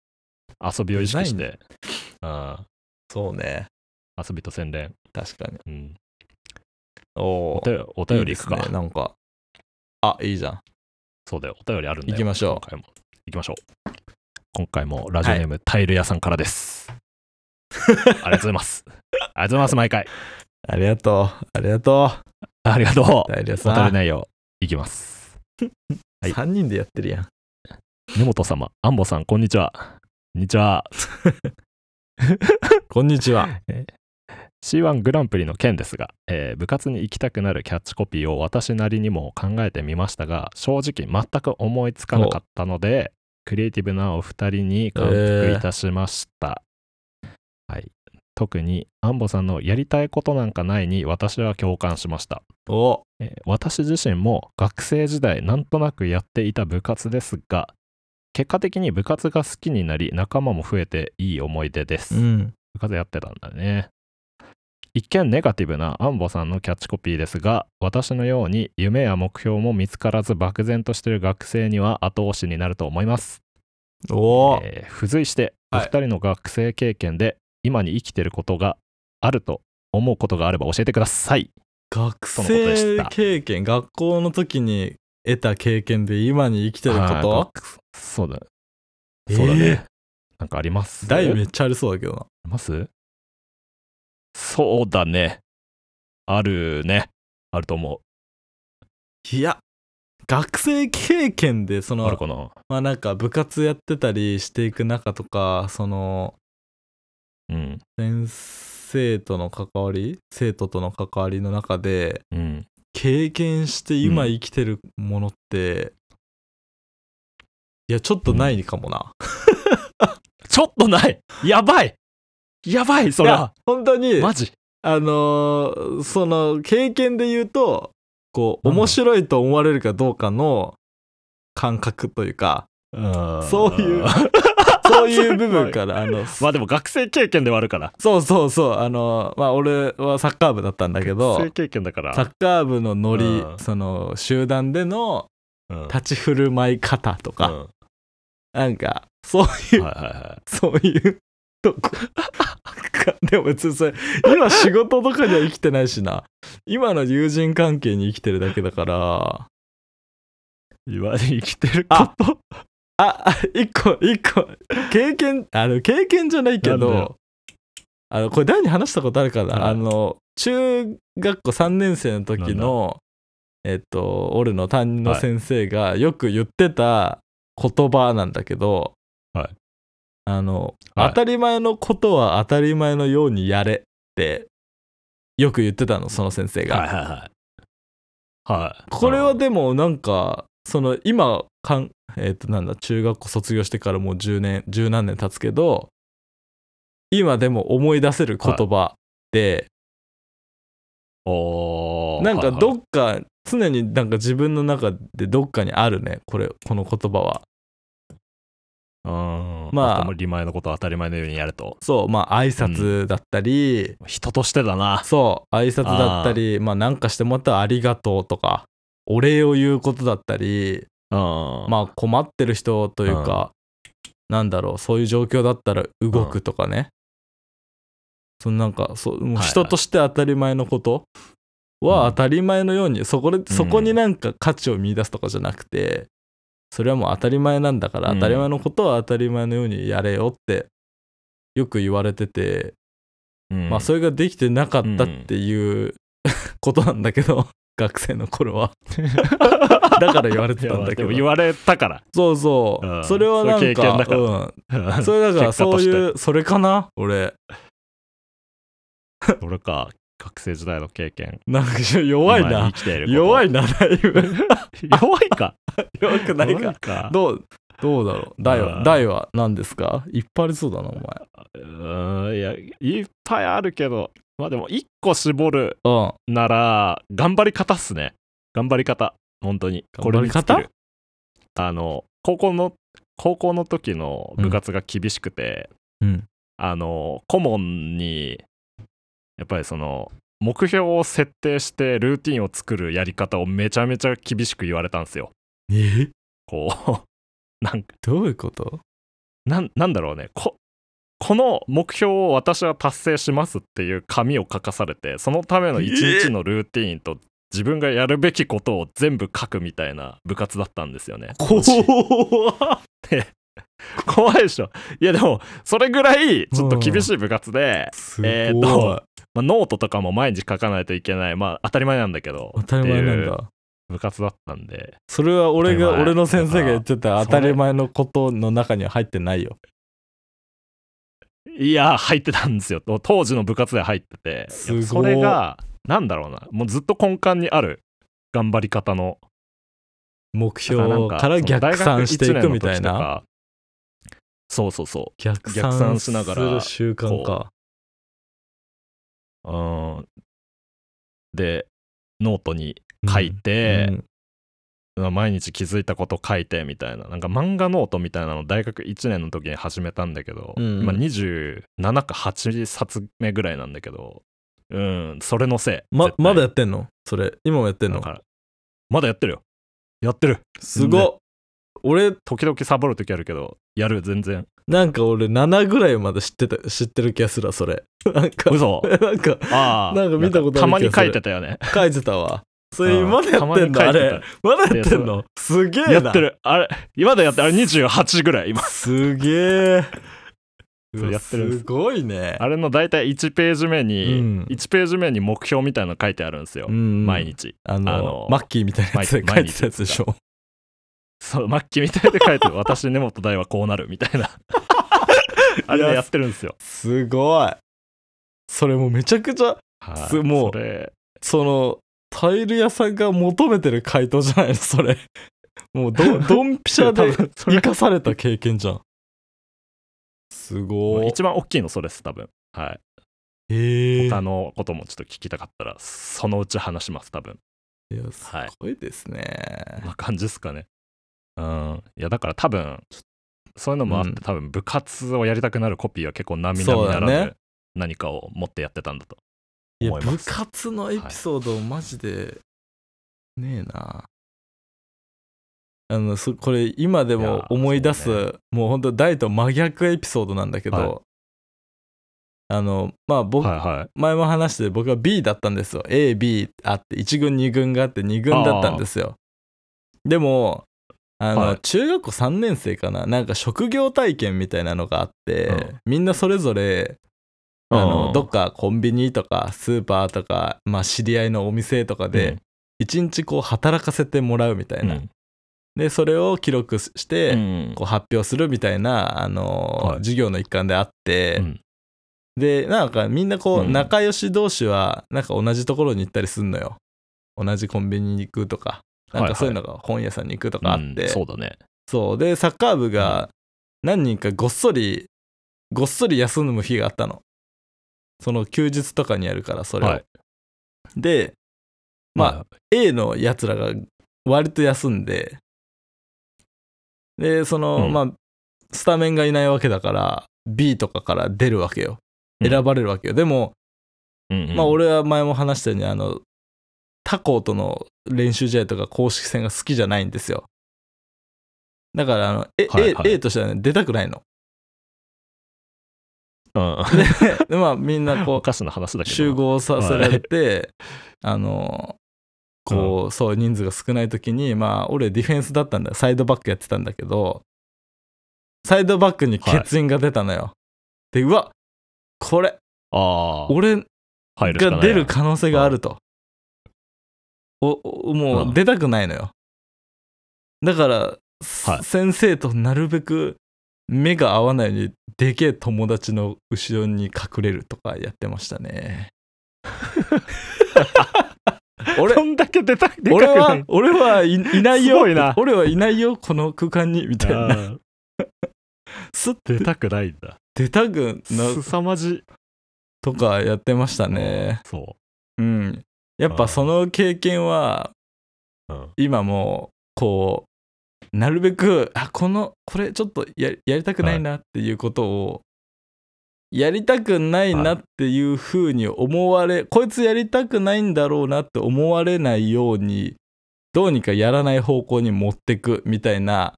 な
遊びを意識し
デ
て、うん、
そうね
遊びと洗練、
確かに
うん、
お
お
お
便りお便りいくか
いいですねなんかあいいじゃん
そうだよお便りあるんで
行きましょう
今回も行きましょう今回もラジオネーム、タイル屋さんからです ありがとうございますありがとうございます毎回
ありがとうありがと
ありがとう
う大良
お便
さ
り
ん、
内容いきますはい
3人でやってるやん
根本様安保さんこんにちはこんにちは
こんにちは
C1 グランプリの件ですが、えー部活に行きたくなるキャッチコピーを私なりにも考えてみましたが正直全く思いつかなかったのでクリエイティブなお二人に感服いたしました、はい、特にアンボさんの「やりたいことなんかない」に私は共感しました
お
えー私自身も学生時代なんとなくやっていた部活ですが結果的に部活が好きになり仲間も増えていい思い出です、
うん
部活やってたんだね一見ネガティブなアンボさんのキャッチコピーですが私のように夢や目標も見つからず漠然としている学生には後押しになると思います、
お
えー付随してお
はい
二人の学生経験で今に生きてることがあると思うことがあれば教えてください
学
そのことでし
生
た
経験学校の時に得た経験で今に生きてる
あー
こ
学そうだ
えー
そうだねなんかあります
と題め
あ
っちゃありそうだけどな
りますそうだねあるねあると思
いや学生経験でそう
ある
の
かな
まあなんか部活やってたりしていく中とかその
うん
先生との関わり生徒との関わりの中で
うん
経験して今
うん
生きてるものって、いやちょっとないかもな、
ちょっとないやばいやばいそ
い
れ
や
は
本当に
マジ
あのーその経験で言うとこう
なんだ
面白いと思われるかどうかの感覚というかそ
そう
いう そういう部分 からあの
まあでも学生経験ではあるから
そうそうそうあのーまあ俺はサッカー部だったんだけど
学生経験だから
サッカー部のノリ、
うん
その集団での
うん
立ち振る舞い方と
うん
か、
は
なんかそうい、
いうはいは
そういうとこ でも別にそれ今仕事とかには生きてないしな今の友人関係に生きてるだけだから
い今生きてること
あ、あ一個、一個、経験、あの、経験じゃないけ
なんだ
ど
よ、
あの、これ誰に話したことあるかな、
うん
あの、中学校3年生の時の、えっと、俺の担任の先生がよく言ってた言葉なんだけど、
はい
あの、
はい
当たり前のことは当たり前のようにやれって、よく言ってたの、その先生が。
はいはいはいはい
これは
うん
でもなんかその今かんえっ、となんだ中学校卒業してからもう10年十何年経つけど今でも思い出せる言葉で、
おー
なんか
は
どっか常になんか自分の中でどっかにあるねこれこの言葉はい
はいうん
まあ
まあり前のことは当たり前のようにやると
そうまあ挨拶だったり、
人としてだな
そう挨拶だったりまあなんかしてもらったらありがとうとかお礼を言うことだったり
まあ
まあ困ってる人というか、なんだろうそういう状況だったら動くとかね、そのなんかそうもう
はいはい
人として当たり前のことは
うん
当たり前のように、そこでそこになんか価値を見出すとかじゃなくて、それはもう当たり前なんだから
うん
当たり前のことは当たり前のようにやれよってよく言われてて、まあそれができてなかったっていう、 ことなんだけど学生の頃はだから言われてたんだけ
で
ど
も言われたから
そうそう、
うん
それはなんか
そういう経験だから
うん、 それだからそういうそれかな俺
それか学生時代の経験
なんか 弱い
今
な
生。きていること
弱いな、だい ぶ。
弱いか
弱くない
弱い
か。
か
どう、どうだろう。大
あ
は、
ー
大は何ですかいっぱいありそうだな、お前。
うーんいやいっぱいあるけどまあでも1個絞る
うん。
なら頑張り方っすね頑張り方本当にこれに尽き
頑張り
るあの高校の高校の時の部活が厳しくて、
うん。
あの顧問にやっぱりその目標を設定してルーティンを作るやり方をめちゃめちゃ厳しく言われたんですよ
え
こう なん
どういうこと
なんなんだろうねここの目標を私は達成しますっていう紙を書かされてそのための一日のルーティーンと自分がやるべきことを全部書くみたいな部活だったんですよね。
怖っ
怖いでしょいやでもそれぐらいちょっと厳しい部活で、
すごい。
えーとまあ、ノートとかも毎日書かないといけないまあ当たり前なんだけど
当たり前な
って
ん
いう
だ。
部活だったんで
それは俺が、
当たり前
俺の先生が言ってた
だ
当
から
たり前のことの中には入ってないよ。
いや入ってたんですよ当時の部活で入っててやっぱ
すごい
それがなんだろうなもうずっと根幹にある頑張り方の
目
だらな
標
ん
から逆算していくみたいな。
その大学一年の時とかそうそうそ
逆
算
算す
しながら
る習慣か。
ううんでノートに書いて
う、ん
毎日気づいたこと書いてみたいななんか漫画ノートみたいなの大学1年の時に始めたんだけど、
うんうん
今27か8冊目ぐらいなんだけどうんそれのせい
ま
絶対
まだやってんのそれ今もやってん
だ
の
からまだやってるよやってる
すごっ、俺
時々サボる時あるけどやる全然
なんか俺7ぐらいまで知ってた知ってる気がするわそれ なんか
嘘
なんか
ああ
なんか見たことある気がする
たまに書いてたよね
書いてたわそれ
うん
まだやってんの
たま
あ
に書いてた
れまだやってんのすげえな
やってるあれ今だやってあれ28ぐらい今
すげえ
そうやってるんです
すごいね
あれの大体1ページ目に、
うん
1ページ目に目標みたいなの書いてあるんですよ、
うん
毎日
あの
あの
マッキーみたいなやつで書い
毎
てたやつでしょ
そう末期みたいで書いて る私根本大はこうなるみたいなあれでやってるんですよ
すごいそれもうめちゃくちゃ
はい
すもう
それ
そのタイル屋さんが求めてる回答じゃないのそれ もうどドンピシャ
多
で
分それ
生かされた経験じゃんすごい
一番大きいのそれです多分はい
へえ
他のこともちょっと聞きたかったらそのうち話します多分
いやすごいですね、
こんな感じですかねうんいやだから多分そういうのもあって、
うん
多分部活をやりたくなるコピーは結構並
そう
々
だ
な
ね
らぬ何かを持ってやってたんだと
いや
思います
部活のエピソードマジでねえな、あのそこれ今で
いや
も
ー
思い出す
そう
もうほんと大と真逆エピソードなんだけど、
はい
あのまあ僕、
はいはい
前も話して僕は B だったんですよ AB あって1軍2軍があって2軍だったんですよでもあの、
はい
中学校3年生かななんか職業体験みたいなのがあって、
うん
みんなそれぞれあ
う
の
ん
どっかコンビニとかスーパーとか、まあ、知り合いのお店とか
うん
で1日こう働かせてもらうみたいな、でそれを記録して、
うん
こう発表するみたいな、あの
はい
授業の一環であって、
うん
でなんかみんなこう
う
ん仲良し同士はなんか同じところに行ったりすんのよ同じコンビニに行くとかなん
はい
か
はい
そういうのが本屋さんに行くとかあって、
うん
そ
そううだね
でサッカー部が何人かごっそりごっそり休む日があったのその休日とかにやるからそれを、
はい
でまあ、A のやつらが割と休んででその、
うん
まあスタメンがいないわけだから B とかから出るわけよ
うん
選ばれるわけよ、でも、
うんうん
まあ俺は前も話したようにあの他校との練習試合とか公式戦が好きじゃないんですよだからあの、え
はいはい
A, A としてはね出たくないの
うん
でまあみんなこ
お
う
かしな話だけど
集合させられて、あのこう、そう人数が少ない時にまあ俺ディフェンスだったんだよサイドバックやってたんだけどサイドバックに欠員が出たのよ、でうわこれ
ああ
俺
入るしかな
が
い
出る可能性があるとおお
う
もうん出たくないのよだから、す
はい
先生となるべく目が合わないよう にでけえ友達の後ろに隠れるとかやってましたね俺
どんだけ出たでかく
俺
な、
はい 俺はいいないよ
すごいな
俺はいないよ、この空間に、みたいな。
あー
すっ
出たくないんだ
出たく
す
な、
さまじい
とかやってましたね。
そ
うん。やっぱその経験は、
う、うん
今もう、こう、なるべく、あ、この、これちょっとややりたくないなっていうことを、やりたくないなっていうふうに思われ、こいつやりたくないんだろうなって思われないように、どうにかやらない方向に持ってくみたいな、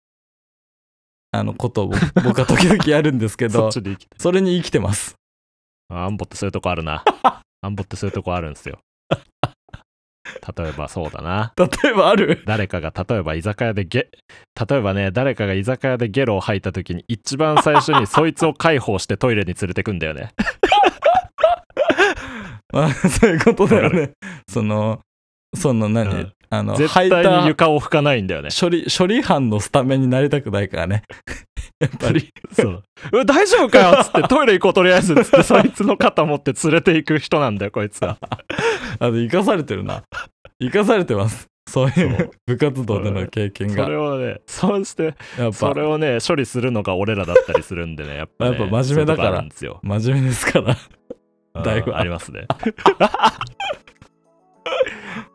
あのこと を僕僕は時々やるんですけ
そ
ど
っ、ちで生きて
それに生きてます。
あアンボってそういうとこあ るなアンボってそういうとこあるんですよ例えばそうだな
例えばある
誰かが例えば居酒屋でゲ例えばね誰かが居酒屋でゲロを吐いた時に一番最初にそいつを解放してトイレに連れてくんだよね
まあ、 そういうことだよね。その、その何、
うん
あの、
絶
ハイタ
対に
ー
床を拭かないんだよね
処理、処理班のスタメンになりたくないから ね。やっぱり。
そううわ大丈夫かよっつってトイレ行こうとりあえずっ つってそいつの肩持って連れて行く人なんだよこいつは
あの、生かされてる な。生かされてます。そうい
そうう
部活動での経験
そ
が。
れをねそうして
やっ
そ
ぱ、
れをね処理するのが俺らだったりするんでねやっぱ,、ね、
やっぱ真面目だから
そういうとこあるんですよ
真面目です から。
うん
だいぶ
ありますね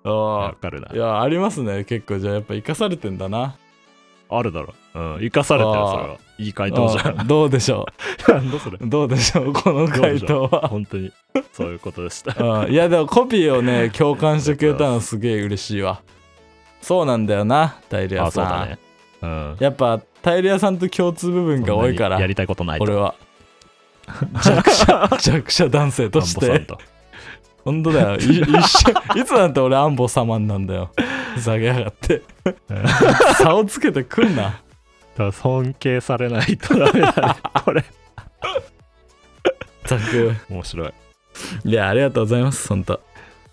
わ
あ
かるな
あ。いや、ありますね。結構、じゃあやっぱ生かされてんだな。
あるだろうん生かされてるそ
あ
れ
ー
はいい回答じゃん
ああどうでしょ
なんだそれ
うどうでしょうこの回答は。
本当にそういうことでした
うんいやでもコピーをね共感してくれたのすげえ嬉しいわそうなんだよなタイル屋
あそう
さん、
だねうん
やっぱタイル屋さんと共通部分が多いか
そんな
ら
にやりたいことないと
俺は 弱者弱者男性とし
アンボさん
て
と
本当 だよい一緒いつなんて俺アンボ様なんだよふざけやがって 差をつけてくんな
だから尊敬されないとダメだねこれ
ったく
面白いあり
いやありがとうございます本当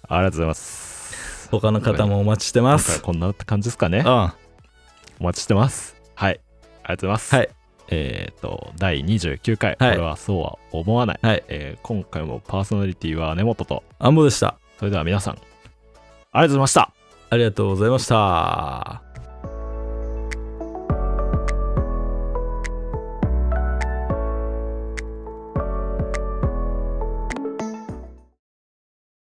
がとうございます
他の方もお待ちして
今
ま
回は
す
こんな感じですか
う
ね
んは
お待ちしてますはいありがとうございます
はい
えっ、と第29回、
はい
これはそうは思わない、
い
えー今回もパーソナリティは根本と
アンボでした
それでは皆さんありがとうございました
ありがとうございました